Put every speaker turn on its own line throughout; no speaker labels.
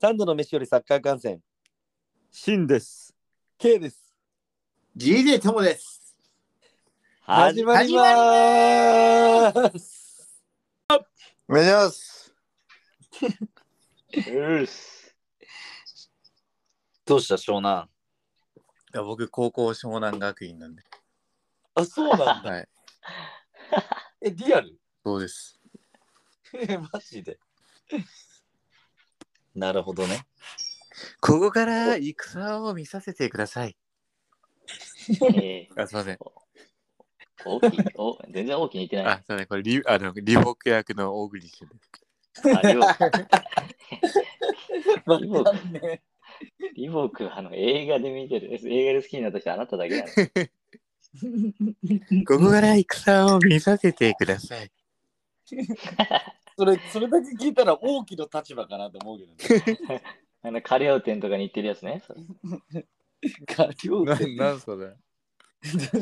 三度の飯よりサッカー観戦
シンです。
K です。
GJ ともです。
始まりまーす。
お願いします。
うっす。
どうした湘南
いや僕、高校湘南学院なんで。
あそう なんだ
はい。
えリアル
そうです。
えマジでなるほどね
ここから戦を見させてください。
えー
あ、すいません。
大きいお全然大きい似てない。
あ、すいません。これリ、あの、リボック役の大栗旬です。
あリボ
わ
リボ
かんね
リボ君、あの映画で見てる、映画で好きになった人、あなただけなの。
ここから戦を見させてください。
それそれだけ聞いたら大きの立場かなと思うけどね。
あのカレオ店とかに行ってるやつね。そう
過剰
な
確
なんそれ。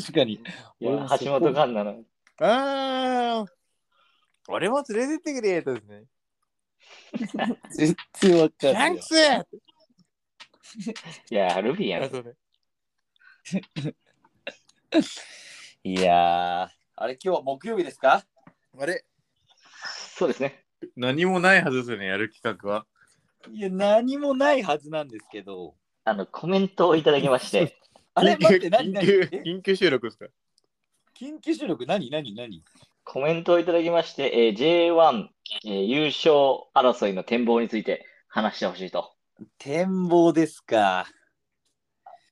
かに。
いや
俺もそこ
橋本環奈の。
ああ俺も連れてってくれとですね。
全然わかんない。
スあ、
いや、ルビーやん。
そうね。
いやー
あれ今日は木曜日ですか？
あれ
そうですね。
何もないはずですよね、やる企画は。
いや何もないはずなんですけど。
あの、コメントをいただきまして、
あれ
緊
待
急
って何何？
緊急
え
緊急収録で すか
緊急収録何何何？
コメントをいただきまして、えー J1、えー優勝争いの展望について話してほしいと、
展望ですか。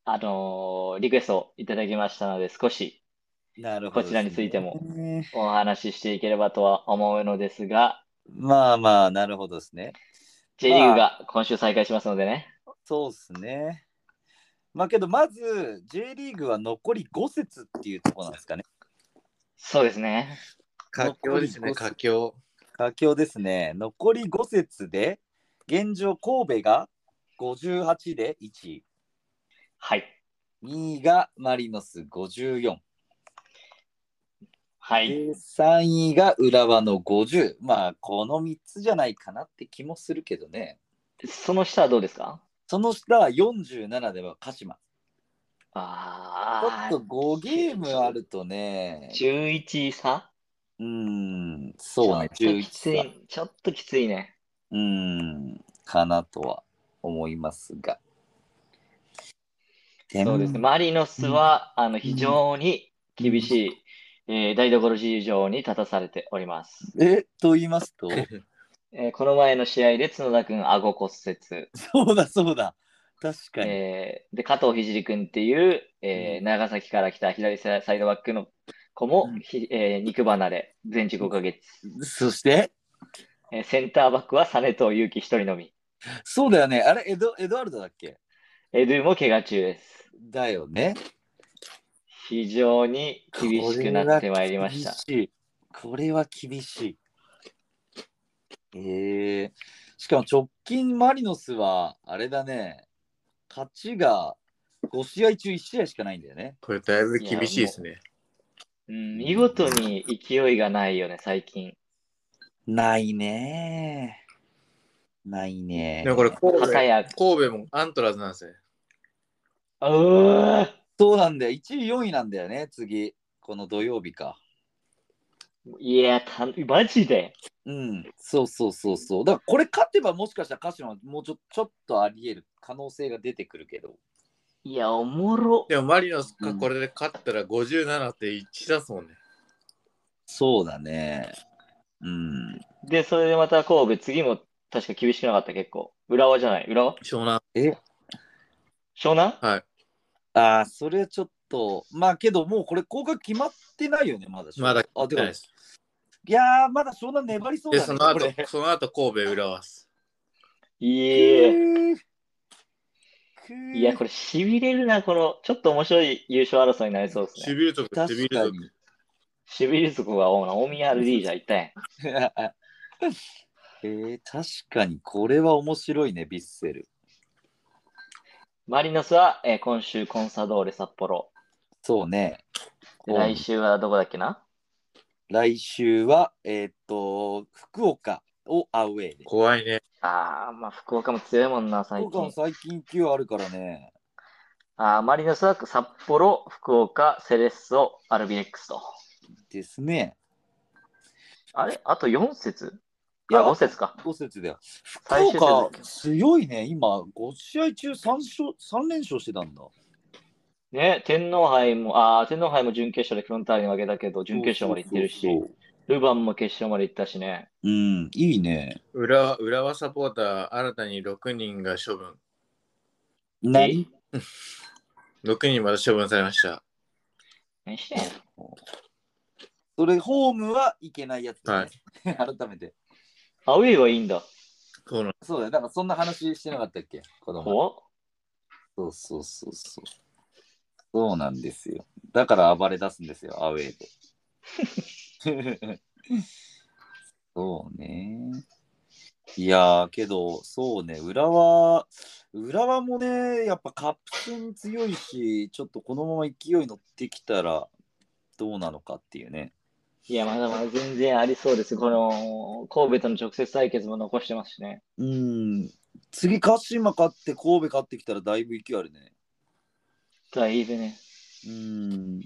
あのーリクエストをいただきましたので、少し
なるほど、
こちらについても
ね。
お話ししていければとは思うのですが、
まあまあなるほどですね。
J リーグが今週再開しますのでね。
そうですね。まあけどまず J リーグは残り5節っていうところなんですかね。
そうですね。
佳境ですね、佳境。
佳境ですね。残り5節で現状神戸が58で1位、
はい。
2位がマリノス54、
はい。
で3位が浦和の50。まあこの3つじゃないかなって気もするけどね。
その下はどうですか
その下は47では鹿島。ちょ
あ
っ
あ
と、5ゲームあるとね、
11差
うーん、そうね、
ちょっと
11
きつ
歳。
い。ちょっときついね。
うーん、かなとは思いますが。
そうですね。マリノスは、あの非常に厳しい、えー台所事情に立たされております。
え、と言いますと、
えーこの前の試合で角田君、顎骨折、
そうだそうだ、確かに。
えーで加藤聖君っていう、えー長崎から来た左サイドバックの子も、ひえー肉離れ、全治5ヶ月、
そして、
えーセンターバックは実藤祐樹1人のみ、
そうだよね、あれ、エドエドワルドだっけ
エドゥも怪我中です。
だよね。
非常に厳しくなってまいりました。
これは厳しい。これは厳しい。えー、しかも直近マリノスは、あれだね、勝ちが5試合中1試合しかないんだよね。
これだいぶ厳しいですね。
うん、見事に勢いがないよね、最近。
ないねー。ないねー。
でもこれ神戸
片や
神戸もアントラーズなんですよ。
うー
そうなんだよ。1位、4位なんだよね、次。この土曜日か。
いやた、マジで。
うん、そうそうそうそう。だからこれ勝てばもしかしたら鹿島はもうちょちょっとあり得る可能性が出てくるけど。
いや、おもろ。
でもマリノスが
うん
これで勝ったら57.1だすもんね。
そうだね。うん。
で、それでまた神戸、次も確か厳しくなかった、結構。浦和じゃない、浦和
湘南。
湘南
は
ああ、それはちょっと、まあけど、もうこれ、降格決まってないよね、まだ。
い。まだ
あ、
勝
で
って
も、
ない
い
です。
やー、まだ湘南粘りそうだ
で、
ね。
その後
これ、
その後神戸浦和っす。
い
え
え。いや、これ、しびれるな、この、ちょっと面白い優勝争いになりそうです
シ
ね。
ビルとかシビ
確
ル
か
と
に。
しびれるとこが多いな、大宮 RD じゃ一体。
えー、確かに、これは面白いね、ヴィッセル。
マリノスは、えー今週、コンサドーレ札幌。
そうね。
で来週はどこだっけな
来週は、えーっと、福岡をアウェーで。
怖いね。
ああ、まあ、福岡も強いもんな、最
福岡も
近。
最近勢いあるからね。
ああ、マリノスは札幌、福岡、セレッソ、アルビレックスと。
ですね。
あれあと4節
いや
あ、5節か。
5節だよ。
最終
福
節だっ
岡
け
強いね。今、5試合中3勝三連勝してたんだ。
ね、天皇杯も、ああ、天皇杯も準決勝でフロンターレに負けたけど、準決勝まで行ってる
そうそう
し、
そう
ルヴァンも決勝まで行ったしね。
うん、いいね。
浦浦和サポーター、新たに6人が処分。
何
6人まだ処分されました。
何してんの
それ、ホームはいけないやつだね。 改めて。
アウェイはいいんだ。
そうなん
そうだよ。なんかそんな話してなかったっけ子供
怖
そ
っ
うそうそうそう。そうなんですよ。だから暴れ出すんですよ、アウェーで。 そうね。いやー、けど、そうね、浦和、浦和もね、やっぱカップ戦強いし、ちょっとこのまま勢い乗ってきたらどうなのかっていうね。
いや、まだまだ全然ありそうです。この、神戸との直接対決も残してますしね。
うん、次、鹿島勝って、神戸勝ってきたらだいぶ勢いあるね。
だいぶね。
うん。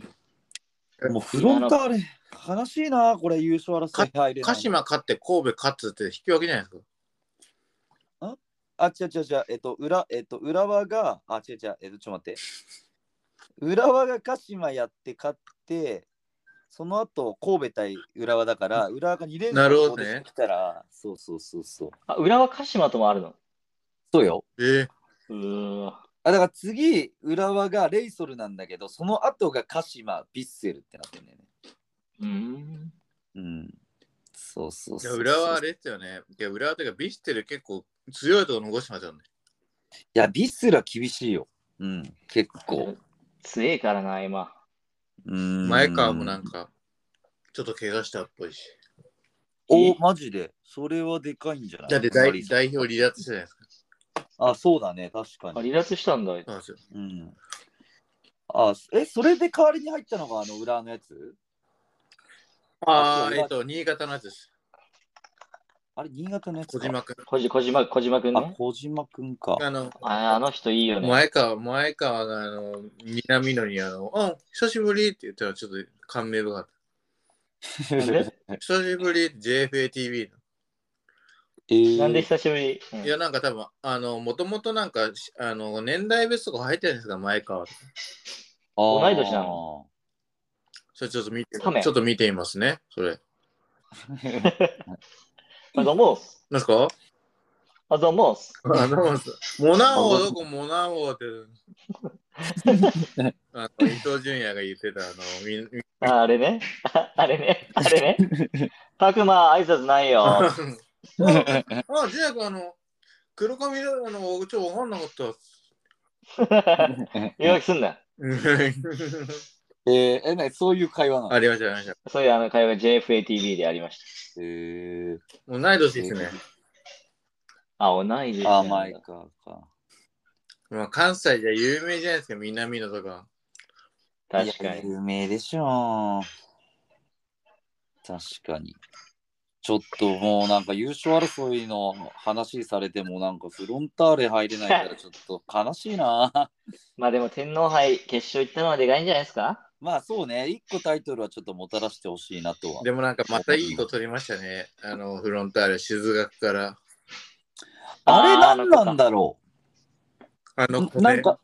もうフロンターレ、悲しいな、これ優勝争い入れない。
鹿島勝って神戸勝つって引き分けじゃないですか。
あ、違う違う違う、えっと、裏、えっと、浦和が、あ、違う違う、えっと、ちょっと待って。浦和が鹿島やって勝って、その後、神戸対浦和だから、浦和が2連
なるほ
こ
ど
こ
ね
で来たら、そうそうそうそう。
あ、浦和鹿島ともあるの。
そうよ。
え
うーわ
あ、だから次、浦和がレイソルなんだけど、その後が鹿島、ビッセルってなってんだよね。
うーん。
うん。そうそう
いや
そうそう。
浦和あれですよね。いや浦和というかビステル結構強いとこ残してますよね。
いや、ビッセルは厳しいよ。うん、結構。
強えからな、今。
うん
前川もなんかちょっと怪我したっぽいし。
お、マジで。それはでかいんじゃない
だって代代表離脱したじゃないですか。
あ、そうだね、確
あ、
かに。
離脱したんだ。
そうなんですよ。
うん。あ、え、それで代わりに入ったのがあの裏のやつ
あ
あ
あ、えっと、新潟のやつです。
あれ、新潟のやつ
小
か
島君。
小じ小島、小島くん
あ、
ね。
小島くんか。
あの、
ああの人いいよね。
前川、前川があの、南野にあの、あ、久しぶりって言ったらちょっと感銘深かっ
なんで
た。久しぶり JFATV の。
えー
なんで久しぶり。うん
いや、なんか多分、あの、もともとなんか、しあの、年代別とか入ってるんですか、前川とか。
同い年なの
それちょっと見て、ち
亀
ょっと見てみますね、それ。
あどうも。
なんすか
あ、どうも。
あの、モナ王どこモナ 王って。あの伊藤純也が言ってた、あの、みん、みん
ああれね。ああれね。あれね。たくま、挨拶ないよ。
あ、純也君、あの、黒髪だ、あの、ちょっとわかんなかったっす。
言い訳すんな。
えー、え、なにそういう会話なの
ありました、ありました。
そういうあの会話 JFATV でありました。
えー、
同い年ですね。
あ、同い年な
あ、
んだ
前川か。
まあ、関西じゃ有名じゃないですか、南野とか。
確
い
か
や
に。
有名でしょう。確かに。ちょっともうなんか優勝争いの話されてもなんかフロンターレ入れないからちょっと悲しいな。
まあでも天皇杯決勝行ったのはでかいんじゃないですか
まあそうね、一個タイトルはちょっともたらしてほしいなとは。
でもなんか、またいい子取りましたね。あの、フロンターレ、静学から。
あれ
あー
何なんだろ
あ
う
の子ね、
なんか、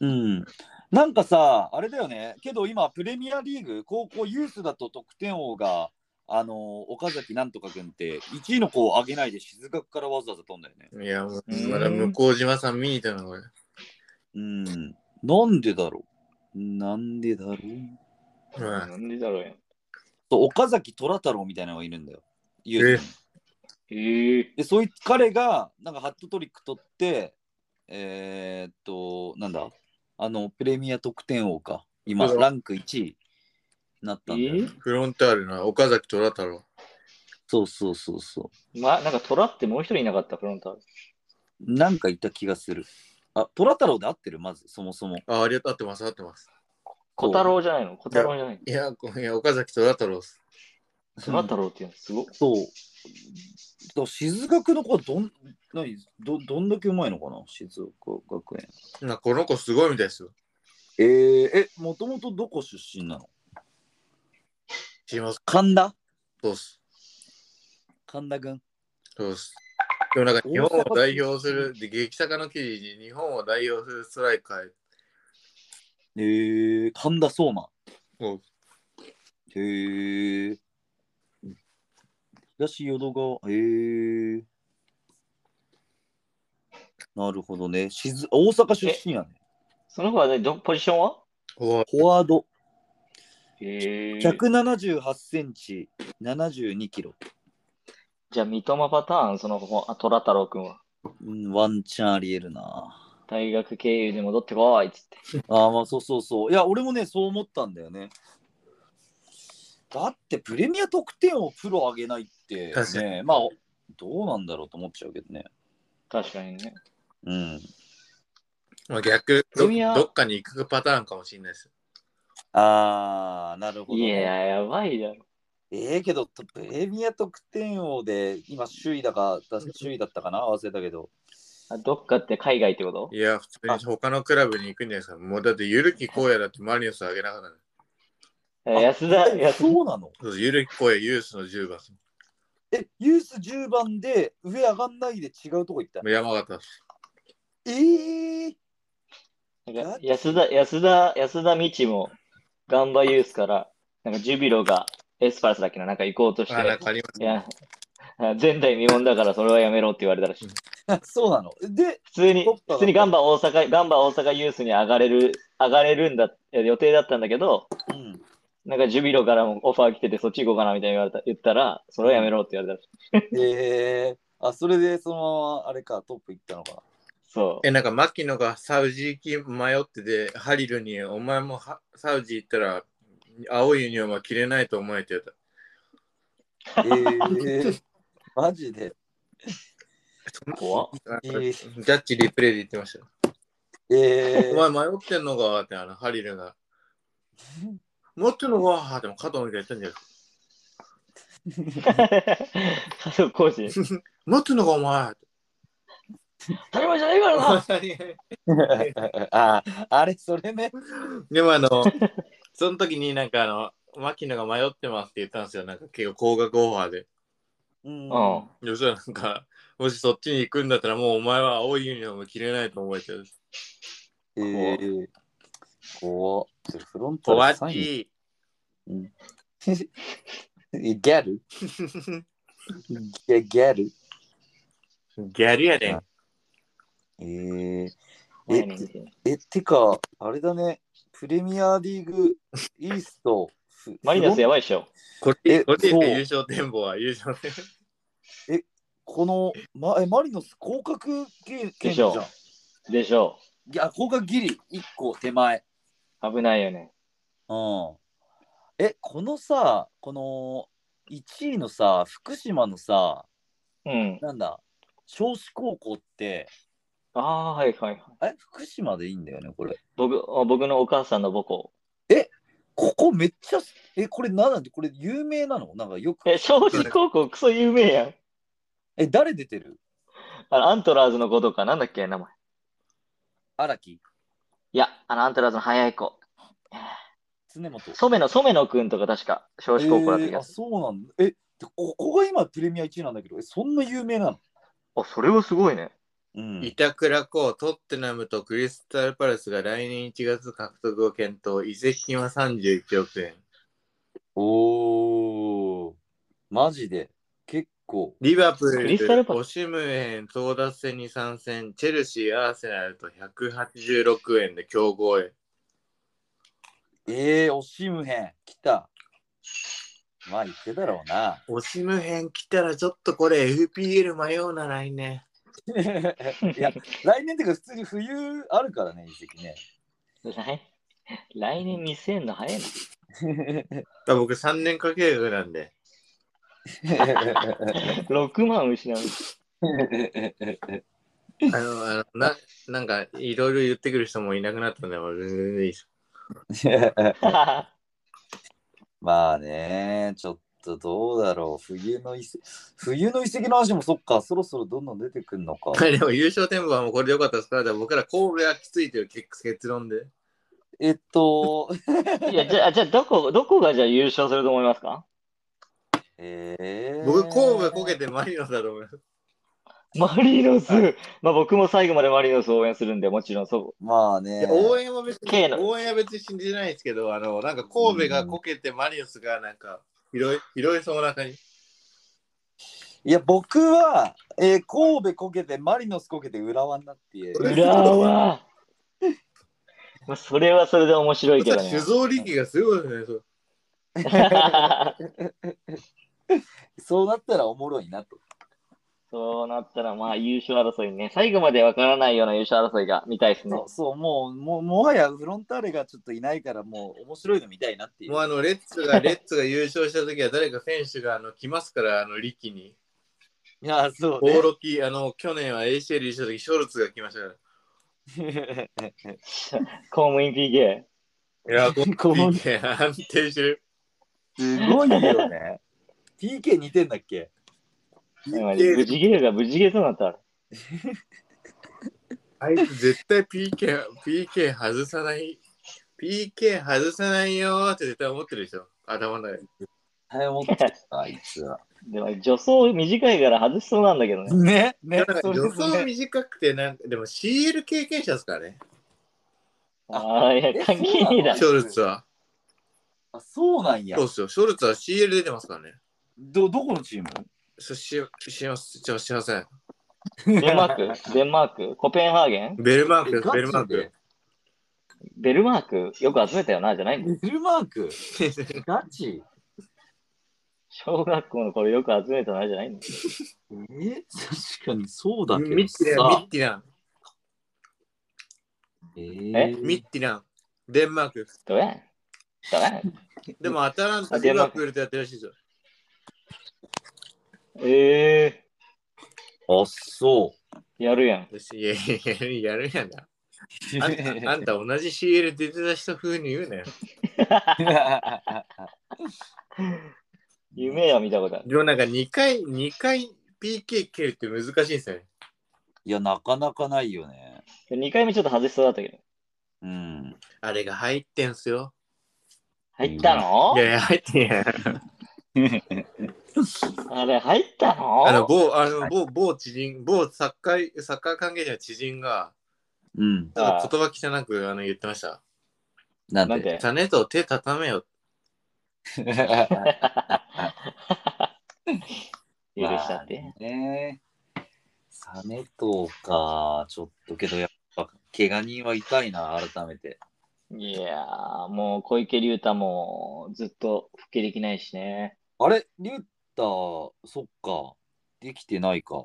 うん。なんかさ、あれだよね、けど今、プレミアリーグ、高校ユースだと得点王が、あの岡崎なんとか君って、1位の子を上げないで静学からわざわざ飛んだよね。
いや、もう
うん
まだ向島さん見に行ったの、これ。
うん。なんでだろうなんでだろう
うん
なんでだろうよ。
そう岡崎虎太郎みたいなのがいるんだよ。ユースに
ええ
で、そい彼が、なんかハットトリック取って、えー、っと、なんだ、あの、プレミア得点王か。今、
うん
ランク1位になったんだよ、ね
え
フロンターレの岡崎虎太郎。
そうそうそうそ
まあなんか虎ってもう一人いなかったフロンターレ。
う。なんかいた気がする。あ、虎太郎で合ってるまず、そもそも。
あ、ありがとう、合ってます、合ってます。
小太郎じゃないの小太郎じゃないの
いや、こいや岡崎虎太郎っす。
虎太郎っていうのすごい。
そう。だ静学の子はどん、何、ど、どんだけうまいのかな、静岡学園。
なこの子すごいみたいですよ。
えー、え、もともとどこ出身なの
知ります。
神田
そうっす。
神田君。
そうっす。でもなんか日本を代表する、で劇作家の記事に日本を代表するストライカー。
えー、神田相馬。
うん
へえー。東淀川、へえー。なるほどね。静大阪出身やね。
その子はね、ど、ポジションは
うわ
フォワード。
へえ。
178センチ、72キロ。
じゃあ、三笘パターン、その子、あ虎太郎くんは。
うん、ワンチャンありえるな。
大学経由で戻ってこいっつって。
ああ、まあそうそうそう。いや、俺もね、そう思ったんだよね。だって、プレミア得点をプロ上げないって、
確か
ね、まあ、どうなんだろうと思っちゃうけどね。
確かにね。
うん。
まあ逆ど、
君は
どっかに行くパターンかもしれないです。
ああ、なるほど、
い
ね。
や、やばいだろ。
ええけど、とプレミア得点王で、今、首位だか、だ首位だったかな、忘れたけど。
あどっかって海外ってこと
いや、普通に他のクラブに行くんじゃないですか。もうだって、ゆるきこうやだってマリノスあげなかったね。
え安田、
え
安田。
そうなの
そうゆるきこうやユースの10番。
え、ユース10番で上上がんないで違うとこ行った。
山形っす。
ええ
なんか安田、安田、安田道も、ガンバユースから、なんかジュビロがエスパルスだっけな、なんか行こうとして、
あ、なんかあります
いや、あ前代未聞だからそれはやめろって言われたらしい。
そうなの。で、
普通に、
そっか
普通にガンバ大阪、ガンバ大阪ユースに上がれる、上がれるんだ、え予定だったんだけど、
うん、
なんかジュビロからもオファー来ててそっち行こうかなみたいに言われた、言ったら、それはやめろって言われたらしい。
ええあ、それでそのままあれか、トップ行ったのかな。
そ
え、なんか、牧野がサウジ行き迷ってて、ハリルに、お前もはサウジ行ったら、青いユニフォームは着れないと思えてた。
ええマジで。
う。 怖っ
なんか
え
ジ
ー
ャッジリプレイで言ってましたよ。
ええ
お前迷ってんのかって、あの、ハリルが。持ってんのかでも、加藤が言ったんじゃない
加藤浩次。
持ってんのか、お前。
当たり前じゃないからな。
あ、あれ、それね。
でもあの、その時になんかあの、牧野が迷ってますって言ったんですよ。なんか結構高額オファーで。
うん
う
そ
ん。
したらなんか、もしそっちに行くんだったらもうお前は青いユニフォーム着れないと思えてる。
ええ怖っ。フロント
怖
で
っ
サイン
ち。
えギャルギャギャル
ギャルやねん。
えー、
前に見て
え、てか、あれだね、プレミアリーグイースト。フ
マリノスやばいっしょ。
こっ
え
ち、こっちです
そう
優勝展望は優勝展望。
この、ま、えマリノス降格圏圏じゃん。い
でしょでしょ
や、降格ギリ、1個手前。
う。危ないよね。
うん。え、このさ、この1位のさ、福島のさ、
うん。
なんだ、少子高校って、
ああ、はいはいはい。
え、福島でいいんだよね、これ。
僕、あ僕のお母さんの母校。
ここめっちゃ、え、これなんなんて、これ有名なのなんかよく、
え、庄司高校クソ有名やん。
え、誰出てる
あの、アントラーズの子とか、なんだっけ、名前。
荒木、
いや、あの、アントラーズの早い子。
常本。
染野、染野くんとか確か、庄司高校だった
え
気
ーあ
がする。
そうなんだ。え、でここが今プレミア1位なんだけど、えそんな有名なの
あ、それはすごいね。
うん。
板倉港、トッテナムとクリスタルパレスが来年1月獲得を検討。移籍金は31億円。
おー、マジで、結構。
リバプ
クリスタル
ー
パ
ル、オシムヘン、争奪戦に参戦、チェルシー、アーセナルと186円で競合へ。
えー、惜しむへん。来た。まあ、言ってだろうな。
オシムヘン来たらちょっとこれ FPL 迷うな来年。
い や、来年っていうか、普通に冬あるからね、移籍ね。
来来年見せんの早いな。
だ僕3年かけるなんで。
6万失う。
あの、あのななんかいろいろ言ってくる人もいなくなったんで、俺全然いいです。
まあね、ちょっとどうだろう。冬の遺跡、冬の遺跡の話もそっか、そろそろどんどん出てくるのか。
でも優勝展望はもうこれでよかったですから、でも僕ら神戸はきついという結結論で。
えっと、
いや、じゃあ、じゃあ、どこ、どこがじゃあ優勝すると思いますか
えー、
僕、神戸こけてマリノスだと思います。
マリノス。まあ僕も最後までマリノスを応援するんで、もちろんそ
まあ
い
ね
や、応援は別
けー
に、
の
応援は別に信じないですけど、あの、なんか神戸がこけてマリノスがなんか、広い、広いそうな感じ。
いや、僕は、えー神戸こけて、マリノスこけて、浦和になって。
う。浦和。まあそれはそれで面白いけ
そした
ど
ら
ね
酒。造力がすごいですね。そう
そうなったらおもろいなと。
そうなったら、まあ優勝争いね。最後までわからないような優勝争いが見たいですね
そ。うそう、もう、もうもはやフロンターレがちょっといないから、もう面白いの見たいなってい
もう
う。
あの、レッツが、レッツが優勝した時は誰か選手があの来ますから、あの、力に。
いや、そう
オー
ね。
ロキ、あの、去年は ACL 優勝した時、ショルツが来ましたか
公務員 PK。
ら。いや、こ
こう
う、PK 安定してる。
すごいよね。TK 似てんだっけ
無事切れが無事切れそうになったら。
あいつ絶対 PK、PK 外さない。PK 外さないよーって絶対思ってるでしょ。頭の中で。
はい、思ってた、あいつは。
でも助走短いから外しそうなんだけどね。
ね、ね、そう
予
です
想
ね。
短くて、なんか、でも CL 経験者ですからね、
ああ、いや、関係ねえだ
え
ショルツは。
あそうなんや
そう。っすよ、ショルツは CL 出てますからね。
ど、どこのチーム
そうし、します、ちょ、しません。
ろ。デンマークデンマークコペンハーゲン
ベルマークです、
ガチ
ベ
で
ルマーク。
ベルマークよく集めたよな、じゃないんだよ。
ベルマークガチ
小学校の頃よく集めたな、じゃないんだよ。
え確かにそうだけど
ミッティラン、ミッ
さ。
ティラン、
え
え
ミッティラン、デンマーク。
どうやんどうやん
でも、アタランタ、
あデ
リ
ンマー
バ
ク
プールとやってるらしいですよ。
え
あ、そ
ー、やるやん。
私いやいや、やるやな。
う。
あんた、あんた同じ CL 出てた人風に言うなよ。
夢は見たことある。
でもなんか2回、二回 PK 蹴るって難しいんですよね。
いや、なかなかないよね。
2回目ちょっと外しそうだったけど。
うん。
あれが入ってんすよ。
入ったの
いやいや、入ってんやん。
あれ、入ったの
あの、某、あの、某、某知人、某サッカー、サッカー関係者の知人が、
うん。
なんか言葉汚くあの言ってました。
なん
なん
で
で
種と手畳めよ。
許しちゃって。
まあねサメとか、ちょっとけど、やっぱ、怪我人は痛いな、改めて。
いやー、もう小池龍太もずっと復帰できないしね。
あれ、リュッタ、そっか、できてないか。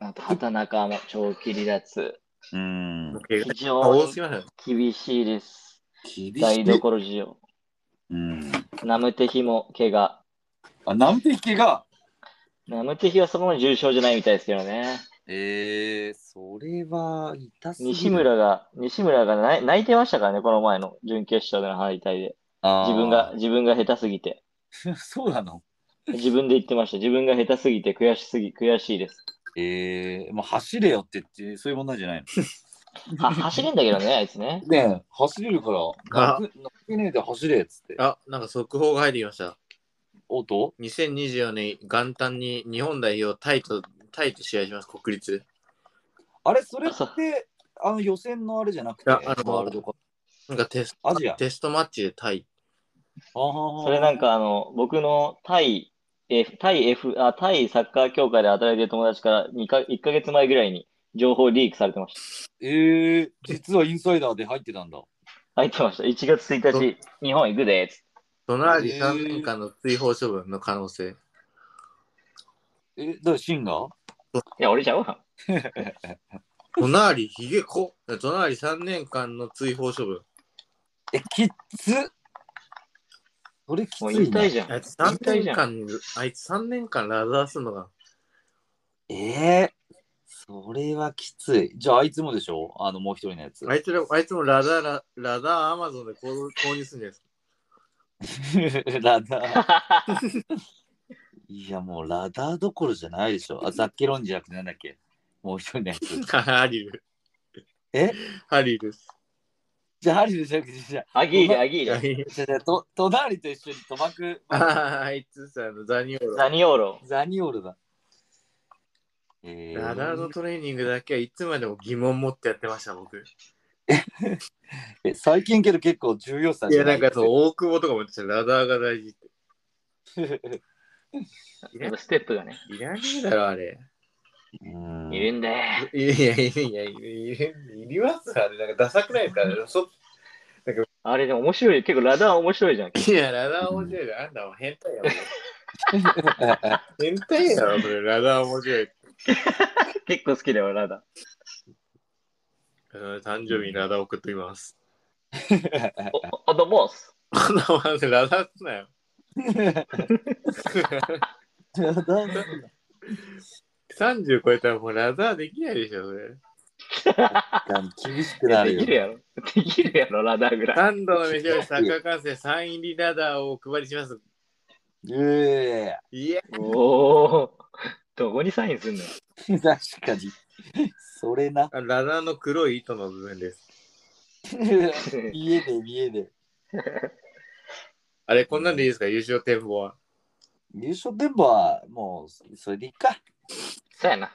あと、畑中も長期離脱。
うん
もう。怪我
非
が
常
多
に
すぎますよ。
厳しいです。
厳し
台
い。
所事情。
うん。
ナムテヒも怪我。
あ、なんて怪我
ナムテヒはそこまで重症じゃないみたいですけどね。
えー、それは痛すぎる
西村が、西村が泣い泣いてましたからね、この前の準決勝での敗退で。自分が、。自分が下手すぎて。
あー そうなの
自分で言ってました。自分が下手すぎて悔しすぎ、悔しいです。
えー、まあ、走れよって言って、そういう問題じゃない
は走れんだけ どね、あいつね。
の。ねえ、走れるから、
あ
泣く泣けねえで走れっつって。
あ、なんか速報が入ってきました。
音
2024年元旦に日本代表タイと、タイと試合します、国立。
あれ、それって、あの予選のあれじゃなくて、
ああの
ワールドカップ。
なんかテス
アジア
テストマッチでタイ。
あ
それなんかあの、僕のタイ、F、タイ F、あ、タイサッカー協会で働いてる友達から2か、1ヶ月前ぐらいに情報リークされてました。
えー、実はインサイダーで入ってたんだ。
入ってました。1月1日、日本行くでーっつって。
ドナージ3年間の追放処分の可能性。
え、だからシンが
いや、俺ちゃうわ。
ドナーリひげこ。ドナーリ3年間の追放処分。
え、きっつそれきつ
もう
い
引
な
退。じゃん。
あいつ
引
3
退
年
じゃん。
間、あいつ3年間ラザーすんのが。
えー、それはきつい。じゃあ、あいつもでしょあの、もう一人のやつ。
あいつら、あいつもラダーラ、ラダーアマゾンで購購入するんじゃないですか。
ラダー。 いや、もうラダーどころじゃないでしょ。あ、ザッケロンじゃなくてなんだっけもう一人のやつ。
ハリル。
え
ハリルです。
じゃあ、ハリルじゃなくて、じゃあ
アギーレ、アギーレ。
じゃあじゃあ、と、隣と一緒に賭博、
ああいつさ、あのザニオロ。
ザニオロ。
ザニオールだ。えー
ラダーのトレーニングだけはいつまでも疑問持ってやってました、僕。い
え最近けど結構重要さじゃ
や、
な
ないんかそう、大久保とかも言ってたラダーが大事って。
やっぱステップがね、
いらねえだろ、あれ。
うん
いるんだよ。
いやいやいやいや、いるいりますあれ、なんかダサくないですかあれそ
あれでも面白い。結構ラダー面白いじゃん。
いや、ラダー面白いよ。あんたも変態やろ。変態やろ、それ、ラダー面白い。
結構好きだよ、ラダー。
あの誕生日にラダー送っときます。
お、お、どボス。
こんなもんでラダーすなよ。
ラダーだ
30超えたらもうラダーできないでしょ、それ。
厳しくなるよ
でき。るやろ。 できるやろ、ラダーぐらい。
三度の飯よりサッカー観戦サイン入りラダーをお配りします。
え
いや、
おお。どこにサインすんのよ
え確かに。それ な。
あラダーの黒い糸の部分です。
家で家で。
あれ、こんなんでいいですか、優勝展望は。
優勝電波はもうそれでいいか。
そうやな。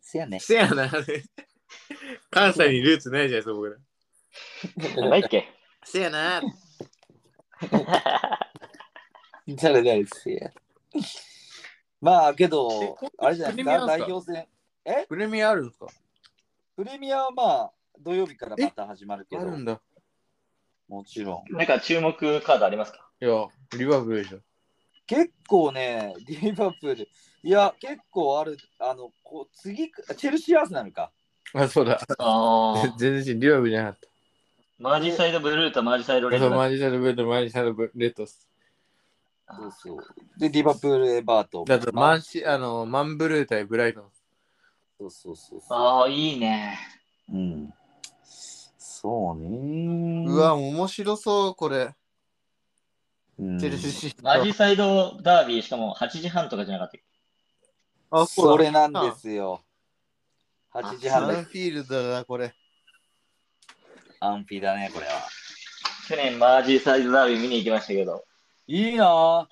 せやね。
せやな。関西にルーツないじゃないですか、僕ら。
なんだっけ。
せやな。
誰誰せや。まあけど、あれじゃないですか、
プレミアですか
代表戦。
プレミアあるんですか
プレミアはまあ土曜日からまた始まるけど、
だ。
もちろん。
なんか注目カードありますか
いや、リバプールでしょ。
結構ね、リバプール。いや、結構ある、あの、こう次、チェルシーアースなのか。
あ、そうだ。
ああ。
全然リバプールじゃなかっ
マージサイドブルーとマージサイドレ
た。そ
ッド
う、
だ。
マジサルブレッド、マジサルブレッドス。
そうそう。で、リバプール、エバートン。
だと、マンシ、あの、マンブルー対ブライトン。
そうそうそうそう。
ああ、いいね。
うん。そうね。
う、わ、面白そう、これ。
うん、
チェルシー。
マージサイドダービーしかも8時半とかじゃなかったっけ
あ、
そ
そうだ。
れなんですよ。8時
な
半
ん
だ
だ
サンフィールドだ、これ。
アンフィだね、これは。
去年マージサイドダービー見に行きましたけど、
いいな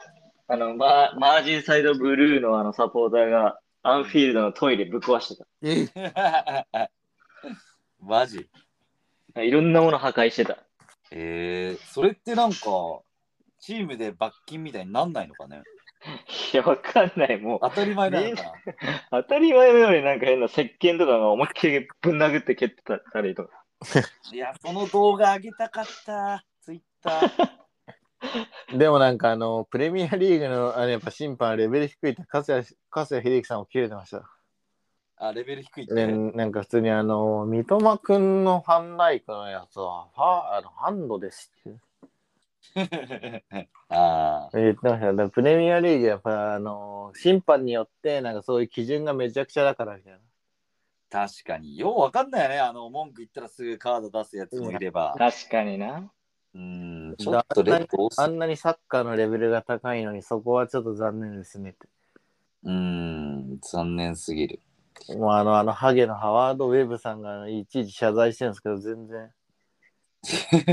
あの、マーマージサイドブルーのあのサポーターが、アンフィールドのトイレぶっ壊して
え
ぁ マジ。
た。いろんなもの破壊してた。
えー、それってなんか、チームで罰金みたいになんないのかね
いや、わかんない。もう、
当たり前なのかな
当たり前のようになんか変な石鹸とかが思いっきりぶん殴って蹴ってたりとか。
いや、その動画上げたかった。ツイッタ ー。
でもなんかあの、プレミアリーグのあれやっぱ審判レベル低いって、加瀬秀樹さんも切れてました。
あ、レベル低いって。
ね、なんか普通にあの、三笘くんのハンダイクのやつは、ファあのハンドですって
あ
言ってましたよ。だからプレミアリーグやっぱあの、審判によってなんかそういう基準がめちゃくちゃだからみたいな。
あ、確かに。ようわかんないよね。あの、文句言ったらすぐカード出すやつもいれば。
確かにな。
うん、ちょっとレッド多す
あんなにサッカーのレベルが高いのに、そこはちょっと残念ですねって。
うん、残念すぎる。
もうあの、あのハゲのハワード・ウェブさんがいちいち謝罪してるんですけど、全然。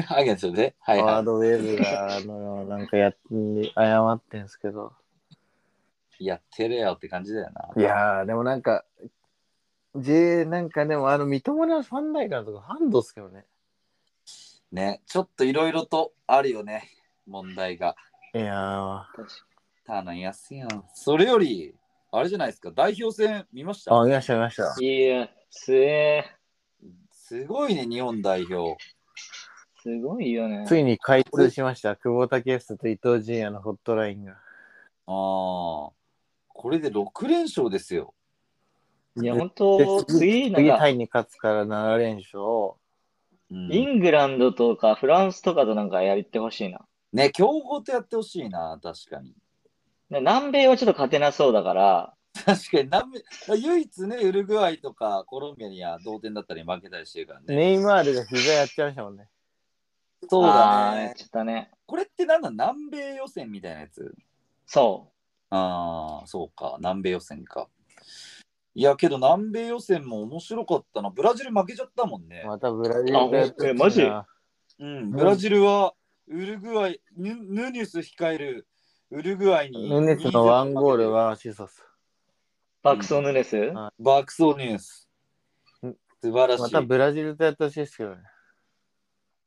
ハゲンそれではい
ハワ
は
ード・ウェブが、あの、なんかやっ、謝ってんですけど。
い。やってるよって感じだよな。
いやー、でもなんか、J、なんかでもあの、三笘のファンダイカーとかハンドっすけどね。
ね、ちょっといろいろとあるよね。問題が。
いや
確か
頼みやすいよ。それより、あれじゃないですか。代表戦見まし
ー、あ、
た
見ました、見ました。
にいや、すえ
すごいね、日本代表。
ー、すごいよね。
ついに開通しました。久保建英と伊東純也のホットラインが。
ああ。これで6連勝ですよ。
いや、
で
本
で
当次、
次、
なん
次タ
か、
イに勝つから7連勝。
うん
イングランドとかフランスとかとなんかやりってほしいな。
ね、強豪とやってほしいな、確かに。
で南米はちょっと勝てなそうだから、
確かに南米、唯一ね、ウルグアイとかコロンビアには同点だったり負けたりしてるからね。
ネイマールが膝やっちゃいましたもんね。
そうだ
あーや
ね
っ。ちゃったね。
これってなんだ南米予選みたいなやつ
そ
ああ、そうか。南米予選か。いや、けど南米予選も面白かったな。ブラジル負けちゃったもんね。
またブラジルがやっちゃったな
あマジ
うん、ブラジルはウルグアイ、ヌヌニュス控えるウルグアイに。
ヌネスのワンゴールはアシストです。
う。バックソンヌネス、
ん
バクソニュース
うん。
素晴らしい。
またブラジルとやってほしいですけどね。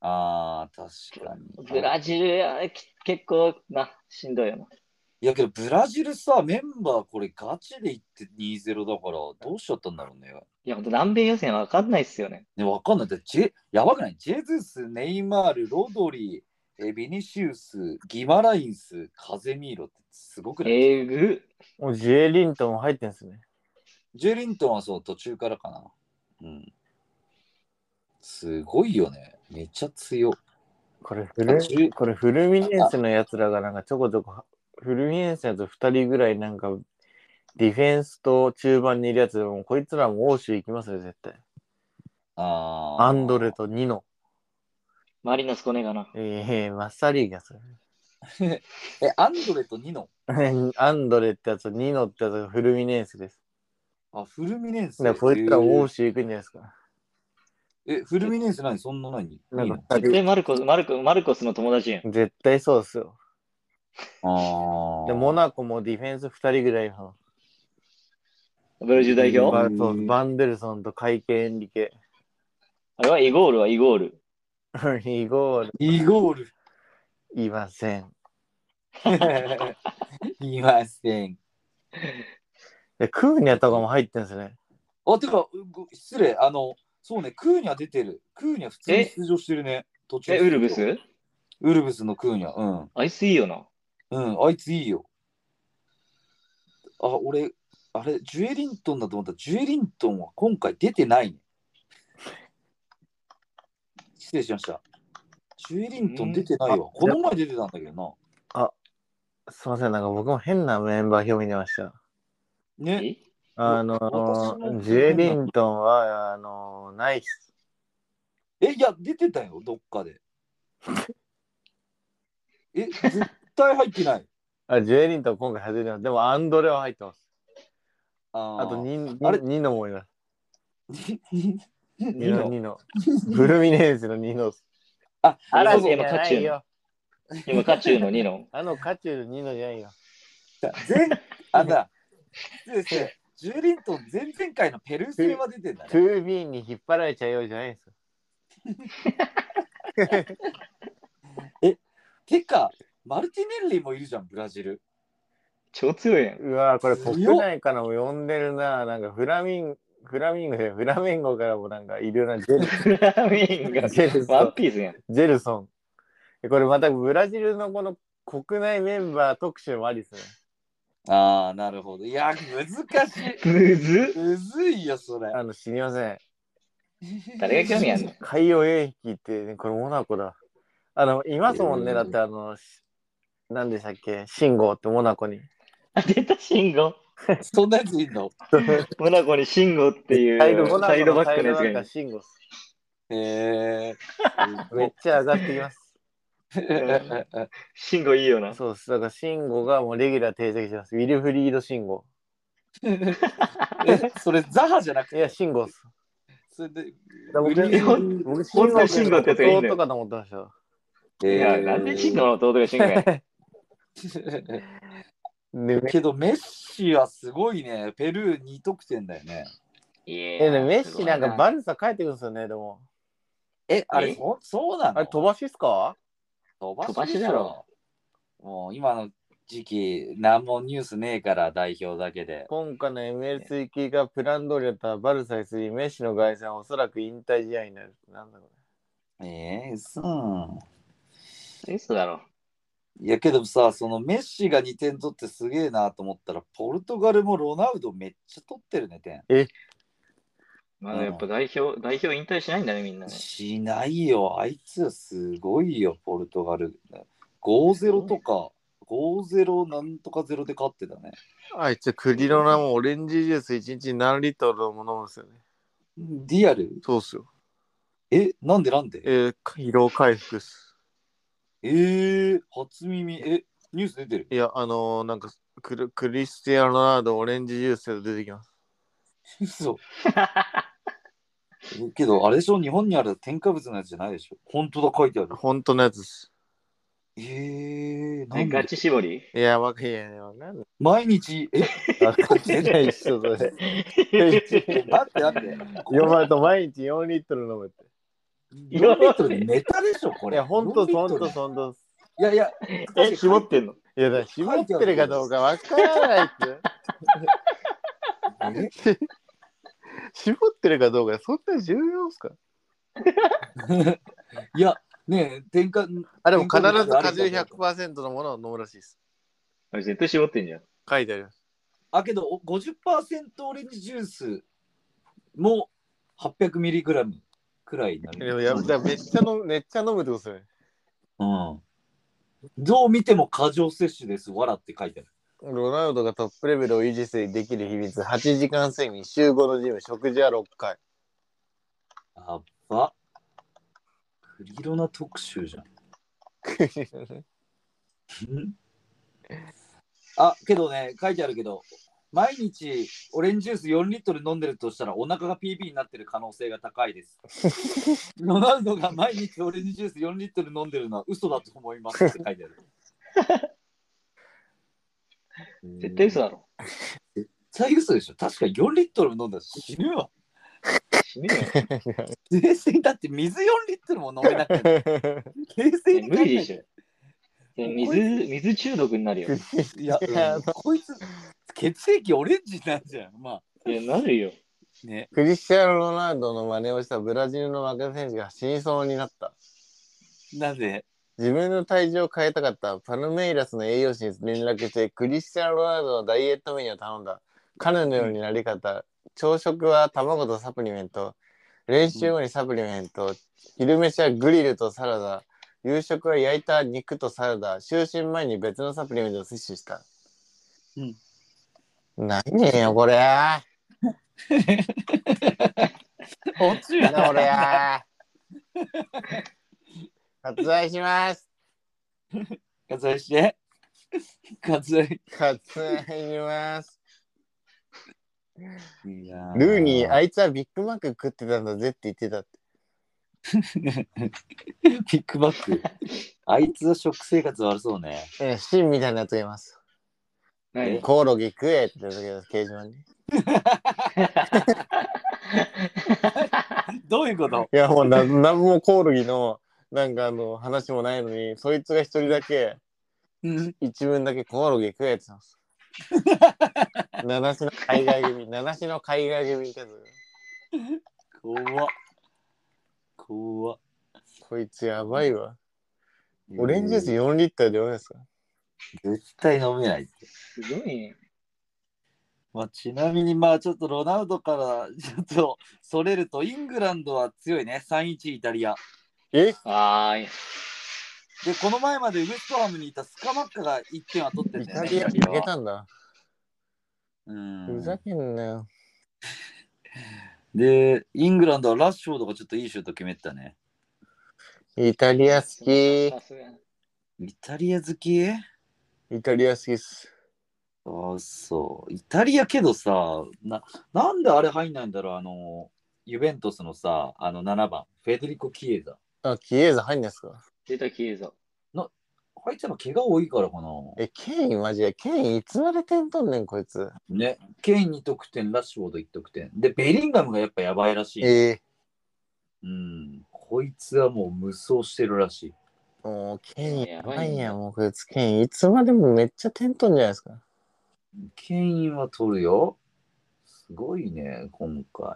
ああ、確かに。
ブラジルや、き結構な、しんどいよな。
いやけど、ブラジルさ、メンバーこれガチでいって2-0だから、どうしちゃったんだろうね。
いや、ほんと南米予選わかんないっすよね。
ね、わかんない。だってジェやばくないジェズス、ネイマール、ロドリー、えビニシウス、ギマラインス、カゼミーロってすごくない、
えぐ。
もうジェリントンも入ってんですね。
ジェリントンはそう、途中からかな。うん。すごいよね。めっちゃ強い。
これフル
あ十
これフルミネンスのやつらがなんかちょこちょこフルミネンスのやつ2人ぐらいなんかディフェンスと中盤にいるやつでもうこいつらも欧州行きますよ絶対。
あー
アンドレ。とニノ。
マリノスコネかな。
ええマッサリーがそれ。
え、アンドレとニノ。
アンドレってやつとニノってやつがフルミネンスです。
あ、フルミネンス。
だからこいつらも欧州行くんじゃないですか。
え、フルミネンス何そんな何いい
なんか
の
二人
絶対マルコス、マルコ、マルコスの友達やん。
絶対そうですよ。
あ
で、
ー
モナコもディフェンス2人ぐらいの。
ブラジル代表。
バそうバンデルソンとカイケ・エンリ ケ。
あれはイゴールはイゴール。
イゴール、
イゴール。
いません。
いません。
でクーニャとかも入ってんですね。
あ、てか、うご失礼、あの、そうね、クーニャ出てる。クーニャ普通に出場してるね。途中
え、ウルブス
ウルブスのクーニャ。うん。
あいついいよな。
うん、あいついいよ。あ、俺、あれ、ジュエリントンだと思ったら、ジュエリントンは今回出てないね。失礼しました。ジュエリントン出てないわ。この前出てたんだけどな。
すいません、なんか僕も変なメンバー表見てました。
ね。
え
あの
私も
ジェリントンは、あのナイス。
え、いや、出てたよ、どっかで。え、絶対入ってない。
あ、ジェリントン今回外れてます。でもアンドレは入ってます。
あ
あと ニニ
あれ
ニノもいます。
2
ニノ、ニノ。ブルミネンスのニノっす。
あ、
嵐
そうそう
じゃないよ。今、渦中のニノ。
あのカチュールニノじゃないよ。
前、あだ、失礼して、ジュエリントン前々回のペルー戦は出てんだ
ト
ね。
ゥービーに引っ張られちゃうようじゃないんですよ。
てか、マルティネッリもいるじゃん、ブラジル。
超強いやん。
うわーこれ国内からも呼んでるな。なんかフラミン、フラミンゴじゃないフラメンゴからもなんかいるな。ジェル
フラミンゴ。
ジェルソ
ワ
ン
ン。ピースやん。
ジェルソン。えこれまたブラジルのこの国内メンバー特集もありですね。
ああ、なるほど。いや、難しい。
むずっ
むずいよ、それ。
あの、知りません。
誰が興味あんの
海洋泳引きって、ね、これモナコだ。あの、いますもんね。だってあの、し何でしたっけ信号ってモナコに。
あ出た、シンゴ。
そんなやついんの
モナコにシンゴっていう
サイドモナコ
サイドバックのやつ
サイド
が
バッ
い
ク信号っす。
え
めっちゃ上がってきます。
ー。
シンゴいいよな。
そうっす。だから信号がもうレギュラー定着してます。ウィルフリード信号。
えそれ、ザハじゃなく
い
て、
や、信号っす。
それで、
だから
ウィルフリー
僕、
本当に信号ってやつがいいんだよ
弟かと思ってましたよ。
い
いや、なんでシンゴの弟がシンゴやん。
で
けどメッシはすごいね。ペルー2得点だよね。
いや
えでもメッシなんか
ッ
バルサ帰ってくるんですよね、でも。
え、あれ
え
そそうなの
あれ、飛ばしっすか
飛ばし
飛ばし
だ
だ
ろ
ろ。
もう今の時期、何もニュースねえから代表だけで。
今回の MLS 行きがプラン通りだったらバルサに次ぎ、メッシの凱旋はおそらく引退試合になる。なんだろ
ええそう。
嘘だろ。
いやけどさ、そのメッシが2点取ってすげえなと思ったら、ポルトガルもロナウドめっちゃ取ってるね、点。
まだやっぱ代表、代表引退しないんだね、みんなね。
しないよ、あいつはすごいよ、ポルトガル。5-0とか、 5-0なんとか0で勝ってたね。
あいつ、クリロナもオレンジジュース1日何リットルも飲むんですよね。
ディアル
そうっすよ。
え、なんでなんで
えー、疲労回復っす。
えー、初耳。え、ニュース出てる
いや、あのー、なんかクル、クリスティアーノ・ロナウドオレンジジュースで出てきます。
嘘。えけど、あれでしょ日本にある添加物のやつじゃないでしょ本当だ、書いてある。
本当のやつっす。
えー、な
え
ん
ガ
で
チ絞り
いや、わかんないよ。なんで
毎日、 え、
わかんないっしょ、それ。
え待って待って。
4番と毎日4リットル飲むって。
4リットルでネタでしょ、こ
い
れ。
や、ほんと、
4リ
ほ
ット
ん
ル
と、ほんと。
いやいや、
え、 絞ってんの
いや、だから絞ってるかどうかわからないって。
え
絞ってるかどうか、そんな重要っすか
いや、ねえ、添加、
あ、でも必ず果汁100%のものを飲むらしいです。
あ絶対絞ってんじゃん。
書いてあります。
あ、けどお50%オレンジジュースも 800mg くらいにな
でも
る。
やだからめっちゃ飲む、めっちゃ飲むってことですよね。
うん。どう見ても過剰摂取です、わらって書いてある。
ロナウドがトップレベルを維持できる秘密、8時間睡眠、週5のジム、食事は6回。
やっば。クリロナ特集じゃん。あ、けどね、書いてあるけど、毎日オレンジジュース4リットル飲んでるとしたらお腹が PB になってる可能性が高いです。 ロナウドが毎日オレンジジュース4リットル飲んでるのは嘘だと思いますって書いてある。
絶 対嘘だろ。
絶対嘘でしょ。確か4リットル飲んだら死ぬわ。
死 ねよ。
冷静だって水4リットルも飲めなくて、冷静
え
に
無
考え
理で
て
しょ。え水、水中毒になるよ。
いや、こいつ、血液オレンジなんじゃん。まあ、
いや、なるよ。
ね。
クリスティアーノ・ロナウドの真似をしたブラジルの若手選手が死にそうになった。
なぜ
自分の体重を変えたかったパルメイラスの栄養士に連絡してクリスティアーノ・ロナウドのダイエットメニューを頼んだ彼のようになり方、朝食は卵とサプリメント練習後にサプリメント、昼飯はグリルとサラダ夕食は焼いた肉とサラダ就寝前に別のサプリメントを摂取した、
うん
何 よこれ
落ち
なんだこれ割愛します
割愛して。割愛。
割愛します
いやー
ルーニー、あいつはビッグマック食ってたんだぜって言ってたって。
ビッグマック。あいつは食生活悪そうね。
えーシンみたいなやつがいます。
何
コオロギ食えって言ったけど、掲示板に。い
どういうこと
や、もうな、なんもコオロギの、なんかあの、話もないのに、そいつが一人だけ、
うん。
一文だけコオロギ食えって 言ってます。七種の海外組、七種の海外組ってやつ。
怖っ。怖っ。
こいつやばいわ。オレンジジュース4リッターでどうですか
絶対飲めないって。
すごいね。
まあ、ちなみに、まあちょっとロナウドからちょっとそれると、イングランドは強いね。3-1イタリア。
え
あーい。
で、この前までウエストハムにいたスカマッカが1点は取ってん
イ
だよ
タ
ね。
リア負
イタリ
け
アは
たんだ。
う
ふざ
ん、
けんなよ。
で、イングランドはラッシュフォードがちょっといいシュート決めてたね。
イタリア好き
さ。すが
イタリア好き
イタリア好きっす。
あそう。イタリアけどさ、な、なんであれ入んないんだろうあの、ユベントスのさ、あの7番、フェデリコ・キエザ。
あ、キエーザ入んないっすか
出た消えぞ。
あいつら怪我多いからかな。
え、ケインマジで、ケインいつまで点取んねん、こいつ。
ね、ケイン2得点、ラッシュフォード1得点。で、ベリンガムがやっぱやばいらしい。
え
うん、こいつはもう無双してるらしい。
ー、もうケインや
やばい
ば
ね
いやん、もうこいつ、ケインいつまでもめっちゃ点取んじゃないですか。
ケインは取るよ。すごいね、今回。まあ、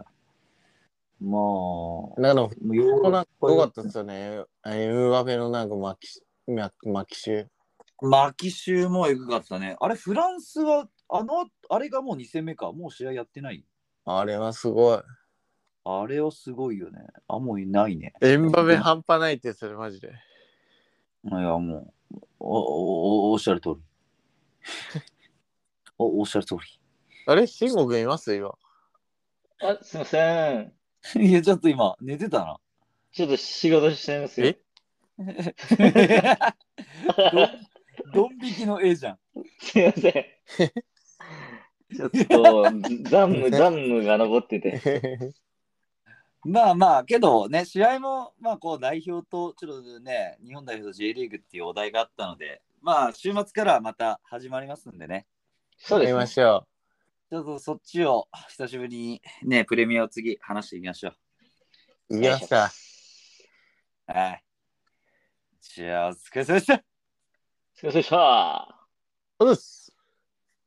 だから、こ
ヨー
こ
ロ
なん
ッ
か
パ
良かったっすよね。あエムバペのなんか巻き、巻巻き集。
マキシュもエグかったね。あれ、フランスは、あの、あれがもう2戦目か。もう試合やってない。
あれはすごい。
あれはすごいよね。あ、もういないね。
エムバペ半端ないってそれマジで。
いや、もう、お、お、おおっしゃる通り。 おおっしゃる通
あれ慎吾くんいます 今。
あ、すいません。
り。い や、ちょっと今、寝てたな。
ちょっと仕事してますよ
え。
ドン引きの絵じゃん。
すいま せん。ちょっと、残務、残務が残ってて。
まあまあ、けどね、試合も、まあこう、代表と、ちょっとね、日本代表と J リーグっていうお題があったので、まあ、週末からまた始まりますんでね、
そうで
見
す
ま
ね。
しょ
ちょっとそっちを久しぶりにね、プレミアを次、話してみましょう。
う。行きました。
はい。じゃあ、お疲れ様でした。
すいませんでした。
うっす。